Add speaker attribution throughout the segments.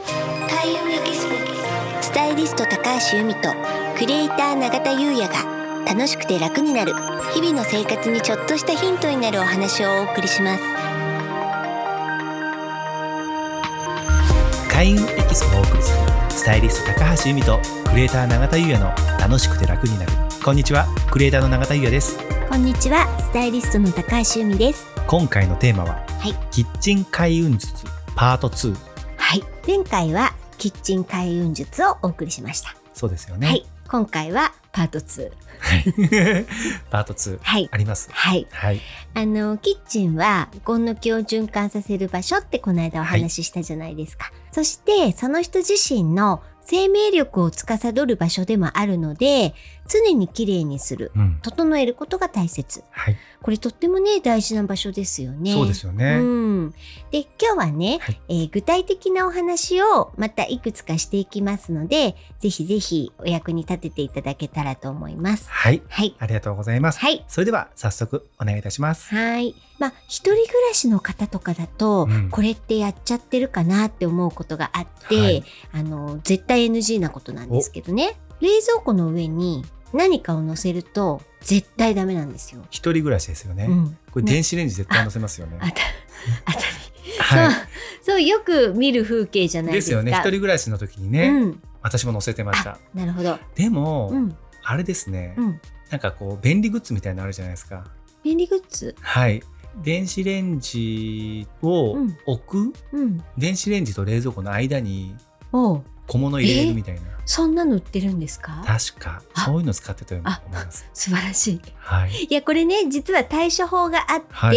Speaker 1: 田裕也ギススタイリスト高橋由美とクリエイター永田裕也が楽しくて楽になる日々の生活にちょっとしたヒントになるお話をお送りします
Speaker 2: 開運エキスポをお送りするスタイリスト高橋由美とクリエイター永田裕也の楽しくて楽になるこんにちはクリエイターの永田裕也です
Speaker 1: こんにちはスタイリストの高橋由美です
Speaker 2: 今回のテーマは、
Speaker 1: はい
Speaker 2: キッチン開運術パート2
Speaker 1: はい前回はキッチン開運術をお送りしました、
Speaker 2: そうですよね、
Speaker 1: はい今回はパート2
Speaker 2: はい パート2
Speaker 1: はい
Speaker 2: あります
Speaker 1: はい
Speaker 2: はい
Speaker 1: あのキッチンはゴン抜きを循環させる場所ってこの間お話ししたじゃないですか、そしてその人自身の生命力を司る場所でもあるので常にきれいにする
Speaker 2: うん
Speaker 1: 整えることが大切
Speaker 2: はい、
Speaker 1: これとってもね大事な場所ですよね
Speaker 2: そうですよね、
Speaker 1: うん、で今日はね、
Speaker 2: はい
Speaker 1: えー具体的なお話をまたいくつかしていきますのでぜひぜひお役に立てていただけたらと思います。
Speaker 2: はい
Speaker 1: はい、
Speaker 2: ありがとうございます、
Speaker 1: はい
Speaker 2: それでは早速お願いいたします
Speaker 1: はい。まあ、一人暮らしの方とかだと、
Speaker 2: うん
Speaker 1: これってやっちゃってるかなって思うことがあって、
Speaker 2: はい
Speaker 1: あの、絶対 NG なことなんですけどね。冷蔵庫の上に何かを乗せると、絶対ダメなんですよ。
Speaker 2: 一人暮らしですよね、
Speaker 1: うん。
Speaker 2: これ電子レンジ絶対載せますよね
Speaker 1: あた、あたり。
Speaker 2: はい
Speaker 1: そう、そう、よく見る風景じゃない
Speaker 2: で
Speaker 1: です
Speaker 2: す
Speaker 1: か。
Speaker 2: よね一人暮らしの時にね、
Speaker 1: うん。
Speaker 2: 私も載せてました
Speaker 1: なるほど。
Speaker 2: でも、
Speaker 1: うん。
Speaker 2: あれですね、
Speaker 1: うん。
Speaker 2: なんかこう便利グッズみたいなのあるじゃないですか
Speaker 1: 便利グッズ。
Speaker 2: はい電子レンジを
Speaker 1: うん
Speaker 2: 置く、
Speaker 1: うん。
Speaker 2: 電子レンジと冷蔵庫の間に
Speaker 1: おう
Speaker 2: 小物入れるみたいな、
Speaker 1: そんなの売ってるんですか
Speaker 2: 確か
Speaker 1: あ
Speaker 2: そういうの使ってたような思います
Speaker 1: 素晴らしい。
Speaker 2: はい
Speaker 1: いや、これね、実は対処法があって、
Speaker 2: は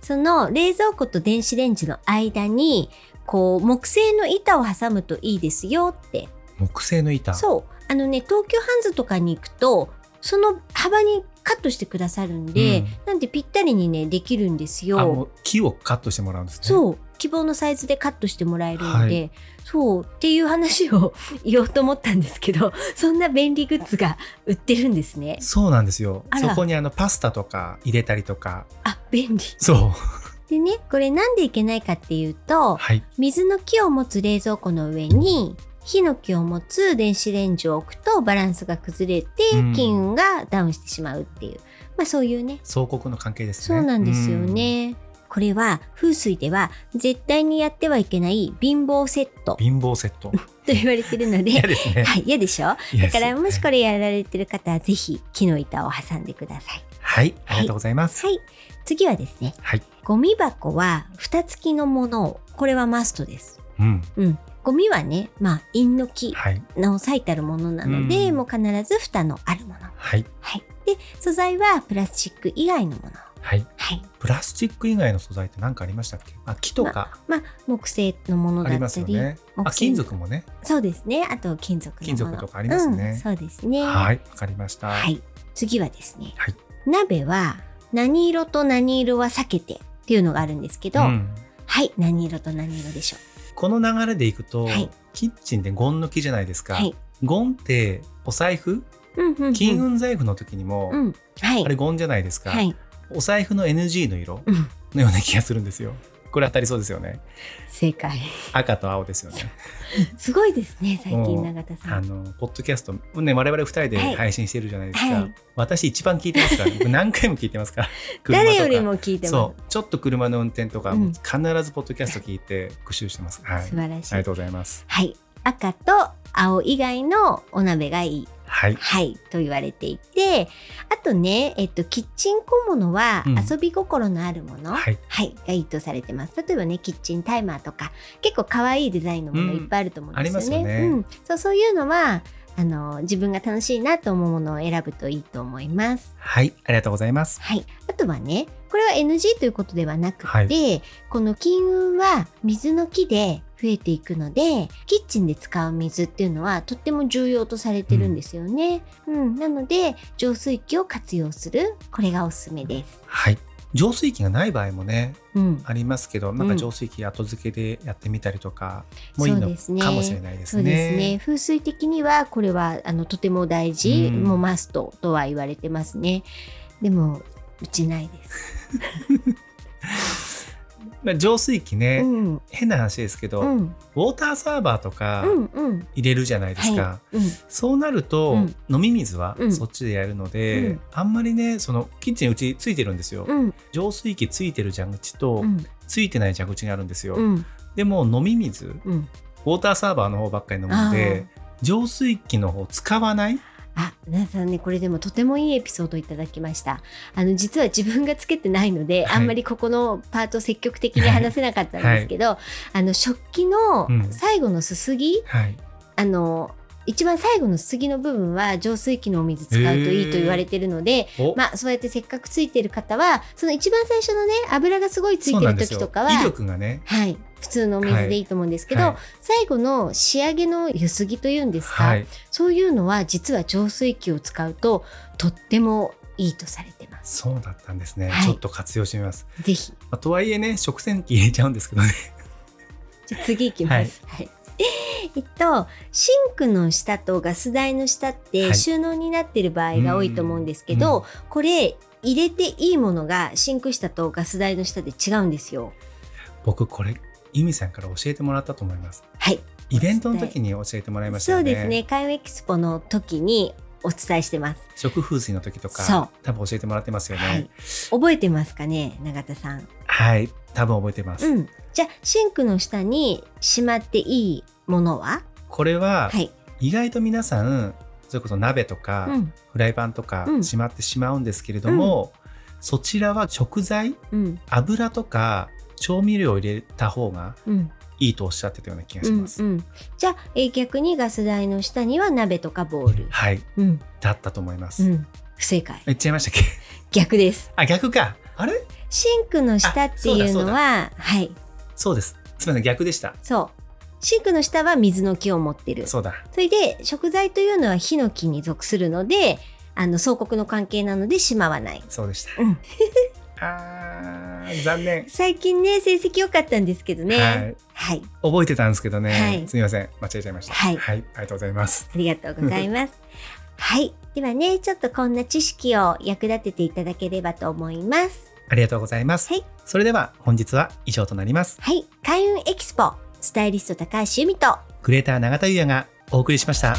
Speaker 1: その冷蔵庫と電子レンジの間に、こう、木製の板を挟むといいですよって。
Speaker 2: 木製の板
Speaker 1: そう。あのね、東急ハンズとかに行くと、その幅にカットしてくださるんで、
Speaker 2: うん
Speaker 1: なんでぴったりにね、できるんです
Speaker 2: あも
Speaker 1: よ。
Speaker 2: う木をカットしてもらうんですね
Speaker 1: そう。希望のサイズでカットしてもらえるんで、
Speaker 2: はい
Speaker 1: そうっていう話を 言おうと思ったんですけど、そんな便利グッズが売ってるんですね。
Speaker 2: そうなんですよ
Speaker 1: あ
Speaker 2: そ
Speaker 1: ら
Speaker 2: こにあのパスタとか入れたりとか
Speaker 1: あ、便利。
Speaker 2: そう
Speaker 1: でね、これなんでいけないかっていう と、
Speaker 2: はい
Speaker 1: 水の木を持つ冷蔵庫の上に火の木を持つ電子レンジを置くとバランスが崩れて
Speaker 2: うん
Speaker 1: 金運がダウンしてしまうっていう、まあそういうね
Speaker 2: 相国の関係です
Speaker 1: そ
Speaker 2: ね
Speaker 1: うなんですよね、これは風水では絶対にやってはいけない貧乏セット
Speaker 2: うん貧乏セット
Speaker 1: と言われてるの
Speaker 2: 嫌
Speaker 1: で
Speaker 2: ですね
Speaker 1: はい嫌でしょ
Speaker 2: だ
Speaker 1: だからもしこれやられてる方はぜひ木の板を挟んでください
Speaker 2: はいありがとうございます
Speaker 1: はい次はですね
Speaker 2: はい、
Speaker 1: ゴミ箱は蓋付きのものをこれはマストです
Speaker 2: うん
Speaker 1: うんゴミはねまあ陰の木
Speaker 2: はい
Speaker 1: の最たるものなので、
Speaker 2: うん
Speaker 1: もう必ず蓋のあるもの。
Speaker 2: はい
Speaker 1: はい。で、素材はプラスチック以外のもの。
Speaker 2: はい
Speaker 1: はい。
Speaker 2: プラスチック以外の素材って何かありましたっけあ木とか
Speaker 1: まあ、木製のもの
Speaker 2: あ
Speaker 1: だ
Speaker 2: りま
Speaker 1: っ
Speaker 2: す
Speaker 1: た
Speaker 2: よ
Speaker 1: り。
Speaker 2: ねあ
Speaker 1: 木製
Speaker 2: 金属もね
Speaker 1: そうですね。あと金属のもの。
Speaker 2: 金属とかありますね
Speaker 1: うんそうですね。。
Speaker 2: はいいわかりました
Speaker 1: はい。次はですね。
Speaker 2: はい
Speaker 1: 鍋は何色と何色は避けてっていうのがあるんですけど、
Speaker 2: うん
Speaker 1: はい。何色と何色でしょ
Speaker 2: この流れでいくと、
Speaker 1: はい
Speaker 2: キッチンでゴン抜きじゃないです
Speaker 1: う。
Speaker 2: か、
Speaker 1: はい。
Speaker 2: ゴンってお財布
Speaker 1: うんうん、うん。
Speaker 2: 金運財布の時にも、
Speaker 1: うん。はい。
Speaker 2: あれゴンじゃないですか、
Speaker 1: はい。
Speaker 2: お財布の NG の色
Speaker 1: うん。
Speaker 2: のような気がするんですよ これ当たりそうですよね
Speaker 1: 正解。
Speaker 2: 赤と青ですよね
Speaker 1: すごいですね、最
Speaker 2: も
Speaker 1: 近
Speaker 2: う
Speaker 1: 永田さ
Speaker 2: あ
Speaker 1: ん。
Speaker 2: のポッドキャストね我々二人で
Speaker 1: はい
Speaker 2: 配信してるじゃないですか、
Speaker 1: はい
Speaker 2: 私一番聞いてますから 僕何回も聞いてますから車とか
Speaker 1: 誰よりも聞いてます。
Speaker 2: そうちょっと車の運転とか、
Speaker 1: うん
Speaker 2: 必ずポッドキャスト聞いて復習してます、はい、あ
Speaker 1: 素晴らしい。
Speaker 2: りがとうございます
Speaker 1: はい。赤と青以外のお鍋がいい。
Speaker 2: はい
Speaker 1: はい。と言われていて、あとね、えっと、キッチン小物は
Speaker 2: うん
Speaker 1: 遊び心のあるもの、
Speaker 2: はい
Speaker 1: はい。がいいとされてます。例えばね、キッチンタイマーとか、結構可愛いデザインのもの
Speaker 2: うん
Speaker 1: いっぱいあると思うんですよね。
Speaker 2: ありますよね
Speaker 1: うん。そう、そういうのは、あの、自分が楽しいなと思うものを選ぶといいと思います。
Speaker 2: はいありがとうございます
Speaker 1: はい。あとはね、これは NG ということではなくて、
Speaker 2: は
Speaker 1: この金運は水の木で増えていくので、キッチンで使う水っていうのはとっても重要とされてるんですよね。うん、なので、浄水器を活用する。これがおすすめです。
Speaker 2: はい浄水器がない場合もね
Speaker 1: うん。
Speaker 2: ありますけどなん
Speaker 1: う
Speaker 2: か
Speaker 1: ん
Speaker 2: 浄水器後付けでやってみたりとかもいい
Speaker 1: そ
Speaker 2: の
Speaker 1: うですね
Speaker 2: かもしれないです
Speaker 1: そう
Speaker 2: ね。
Speaker 1: ですね。風水的には、これは、あの、とても大事、
Speaker 2: うん
Speaker 1: もうマストとは言われてますね。でも、うちないです。
Speaker 2: まあ、浄水器ね、
Speaker 1: うん
Speaker 2: 変な話ですけど、
Speaker 1: う
Speaker 2: ウ
Speaker 1: ん
Speaker 2: ォーターサーバーとか
Speaker 1: うんうん
Speaker 2: 入れるじゃないですか、
Speaker 1: はいうん
Speaker 2: そうなると、
Speaker 1: うん
Speaker 2: 飲み水は
Speaker 1: うん
Speaker 2: そっちでやるの
Speaker 1: う
Speaker 2: で、
Speaker 1: ん
Speaker 2: あんまりねそのキッチンうちついてるんですよ、
Speaker 1: うん
Speaker 2: 浄水器ついてる蛇口と、
Speaker 1: うん
Speaker 2: ついてない蛇口があるんですよ、
Speaker 1: うん
Speaker 2: でも飲み水ウ
Speaker 1: うん
Speaker 2: ォーターサーバーの方ばっかり飲むんで浄水器の方使わない
Speaker 1: あ、皆さんね、これでもとてもいいエピソードをいただきました。あの、実は自分がつけてないので、
Speaker 2: はい
Speaker 1: あんまりここのパート積極的に話せなかったんですけど、あの、食器の
Speaker 2: うん
Speaker 1: 最後のすすぎ、
Speaker 2: はい
Speaker 1: あの、一番最後のすすぎの部分は浄水器のお水使うといいと言われてるので、
Speaker 2: お、
Speaker 1: まあ、そうやってせっかくついてる方は、その一番最初のね、油がすごいつい
Speaker 2: そう
Speaker 1: て
Speaker 2: なん
Speaker 1: る
Speaker 2: です
Speaker 1: 時
Speaker 2: よ
Speaker 1: とかは、
Speaker 2: 威力がね
Speaker 1: はい、普通のお水でいいと思うんですけど、
Speaker 2: はい
Speaker 1: 最後の仕上げのゆすぎというんですか、
Speaker 2: はい
Speaker 1: そういうのは実は浄水器を使うととってもいいとされてます。
Speaker 2: そうだったんですね、
Speaker 1: はい
Speaker 2: ちょっと活用してみます、
Speaker 1: ぜひ。
Speaker 2: まあ、とはいえね食洗機入れちゃうんですけどね
Speaker 1: じゃあ次いきます。はい。 えっと、シンクの下とガス台の下っ
Speaker 2: は
Speaker 1: て
Speaker 2: い
Speaker 1: 収納になってる場合が多いと思うんですけど、
Speaker 2: う
Speaker 1: これ入れていいものがシンク下とガス台の下で違うんですよ。
Speaker 2: 僕これ由美さんから教えてもらったと思います
Speaker 1: はい。
Speaker 2: イベントの時に教えてもらいまし
Speaker 1: そ
Speaker 2: たよ
Speaker 1: う
Speaker 2: ね
Speaker 1: ですね。海運エキスポの時にお伝えしてます。
Speaker 2: 食風水の時と
Speaker 1: そ
Speaker 2: か
Speaker 1: う
Speaker 2: 多分教えてもらってますよね
Speaker 1: はい。覚えてますかね、永田さん。
Speaker 2: はい、多分覚えてます、
Speaker 1: うん。じゃあシンクの下にしまっていいものは？
Speaker 2: これは
Speaker 1: はい。
Speaker 2: 意外と皆さんそれこそ鍋とか、
Speaker 1: うん。
Speaker 2: フライパンとか
Speaker 1: うん
Speaker 2: しまってしまうんですけれども、そちらは食材
Speaker 1: うん。
Speaker 2: 油とか調味料を入れた方が
Speaker 1: うん
Speaker 2: いいとおっしゃってたような気が
Speaker 1: う
Speaker 2: し
Speaker 1: ん
Speaker 2: ます、
Speaker 1: うん、じゃあ、えー逆にガス台の下には鍋とかボウル、
Speaker 2: はい
Speaker 1: うん
Speaker 2: だったと思います、
Speaker 1: うん、不正解
Speaker 2: 言っちゃいましたっけ
Speaker 1: 逆です
Speaker 2: あ逆かあれ
Speaker 1: シンクの下っていうのははい
Speaker 2: そうですすみません逆でした
Speaker 1: そうシンクの下は水の木を持ってるそ
Speaker 2: そうだ
Speaker 1: れで食材というのはヒノキに属するのであの相国の関係なのでしまわない、
Speaker 2: そうでした
Speaker 1: うん、
Speaker 2: あー残念
Speaker 1: 最近ね成績良かったんですけどね
Speaker 2: はい
Speaker 1: はい
Speaker 2: 覚えてたんですけどね、
Speaker 1: はい
Speaker 2: すみません間違えちゃいました
Speaker 1: はい
Speaker 2: ありがとうございます
Speaker 1: ありがとうございます。はい。ではね、ちょっとこんな知識を役立てていただければと思います。
Speaker 2: ありがとうございます、
Speaker 1: はい
Speaker 2: それでは本日は以上となります
Speaker 1: はい。開運エキスポ、スタイリスト高橋由美と、
Speaker 2: クレーター永田優也がお送りしました